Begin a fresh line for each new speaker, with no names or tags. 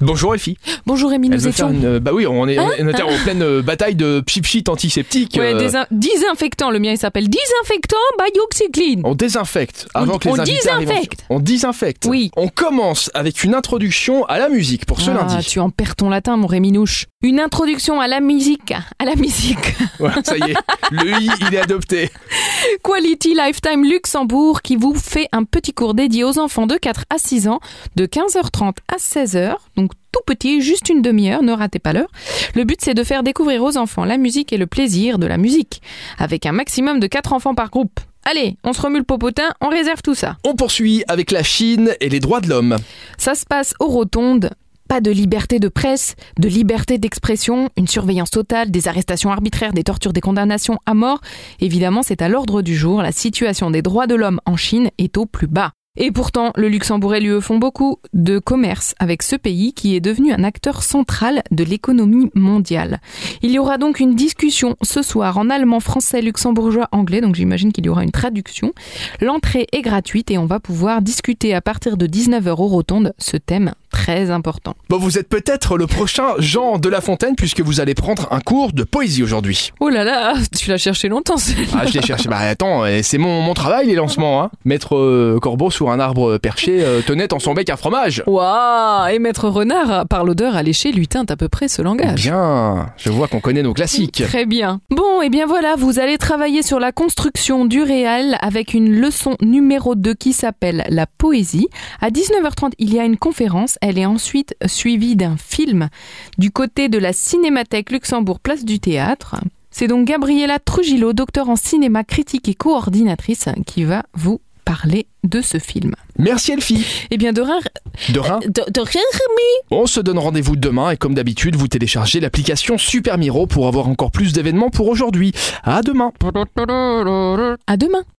Bonjour Elfie.
Bonjour Rémi,
Elle
nous
veut faire
étions... Hein
une, euh, bah oui, on est, on est- on était en pleine euh, bataille de pchipchit antiseptique.
Ouais,
euh,
désin- Désinfectant, le mien il s'appelle Désinfectant Bioxyclean.
On désinfecte
On-
avant que les
on
invités arrivent. en-
désinfecte.
On désinfecte.
Oui.
On commence avec une introduction à la musique pour ce
ah,
lundi.
tu en perds ton latin, mon Rémi Nouche. Une introduction à la musique, à la musique.
Voilà, ça y est, le i il est adopté.
Quality Lifetime Luxembourg qui vous fait un petit cours dédié aux enfants de 4 à 6 ans de 15h30 à 16h. Donc tout petit, juste une demi-heure, ne ratez pas l'heure. Le but c'est de faire découvrir aux enfants la musique et le plaisir de la musique avec un maximum de 4 enfants par groupe. Allez, on se remue le popotin, on réserve tout ça.
On poursuit avec la Chine et les droits de l'homme.
Ça se passe aux rotondes. Pas de liberté de presse, de liberté d'expression, une surveillance totale, des arrestations arbitraires, des tortures, des condamnations à mort. Évidemment, c'est à l'ordre du jour. La situation des droits de l'homme en Chine est au plus bas. Et pourtant, le Luxembourg et l'UE font beaucoup de commerce avec ce pays qui est devenu un acteur central de l'économie mondiale. Il y aura donc une discussion ce soir en allemand, français, luxembourgeois, anglais, donc j'imagine qu'il y aura une traduction. L'entrée est gratuite et on va pouvoir discuter à partir de 19h aux rotondes ce thème très important.
Bon, vous êtes peut-être le prochain Jean de La Fontaine puisque vous allez prendre un cours de poésie aujourd'hui.
Oh là là, tu l'as cherché longtemps. celle-là.
Ah, je l'ai cherché. Bah attends, eh, c'est mon, mon travail les lancements. Hein. Mettre euh, Corbeau sur un arbre perché euh, tenait en son bec un fromage.
Waouh Et Maître Renard, par l'odeur alléchée, lui teinte à peu près ce langage.
Bien, je vois qu'on connaît nos classiques.
Très bien. Bon, et bien voilà, vous allez travailler sur la construction du réel avec une leçon numéro 2 qui s'appelle La poésie. À 19h30, il y a une conférence. Elle est ensuite suivie d'un film du côté de la Cinémathèque Luxembourg, place du théâtre. C'est donc Gabriela Trujillo, docteur en cinéma, critique et coordinatrice, qui va vous parler de ce film.
Merci Elfie.
Eh bien, de rien,
De rien.
de, de rien
On se donne rendez-vous demain et comme d'habitude, vous téléchargez l'application Super Miro pour avoir encore plus d'événements pour aujourd'hui. À demain.
à demain.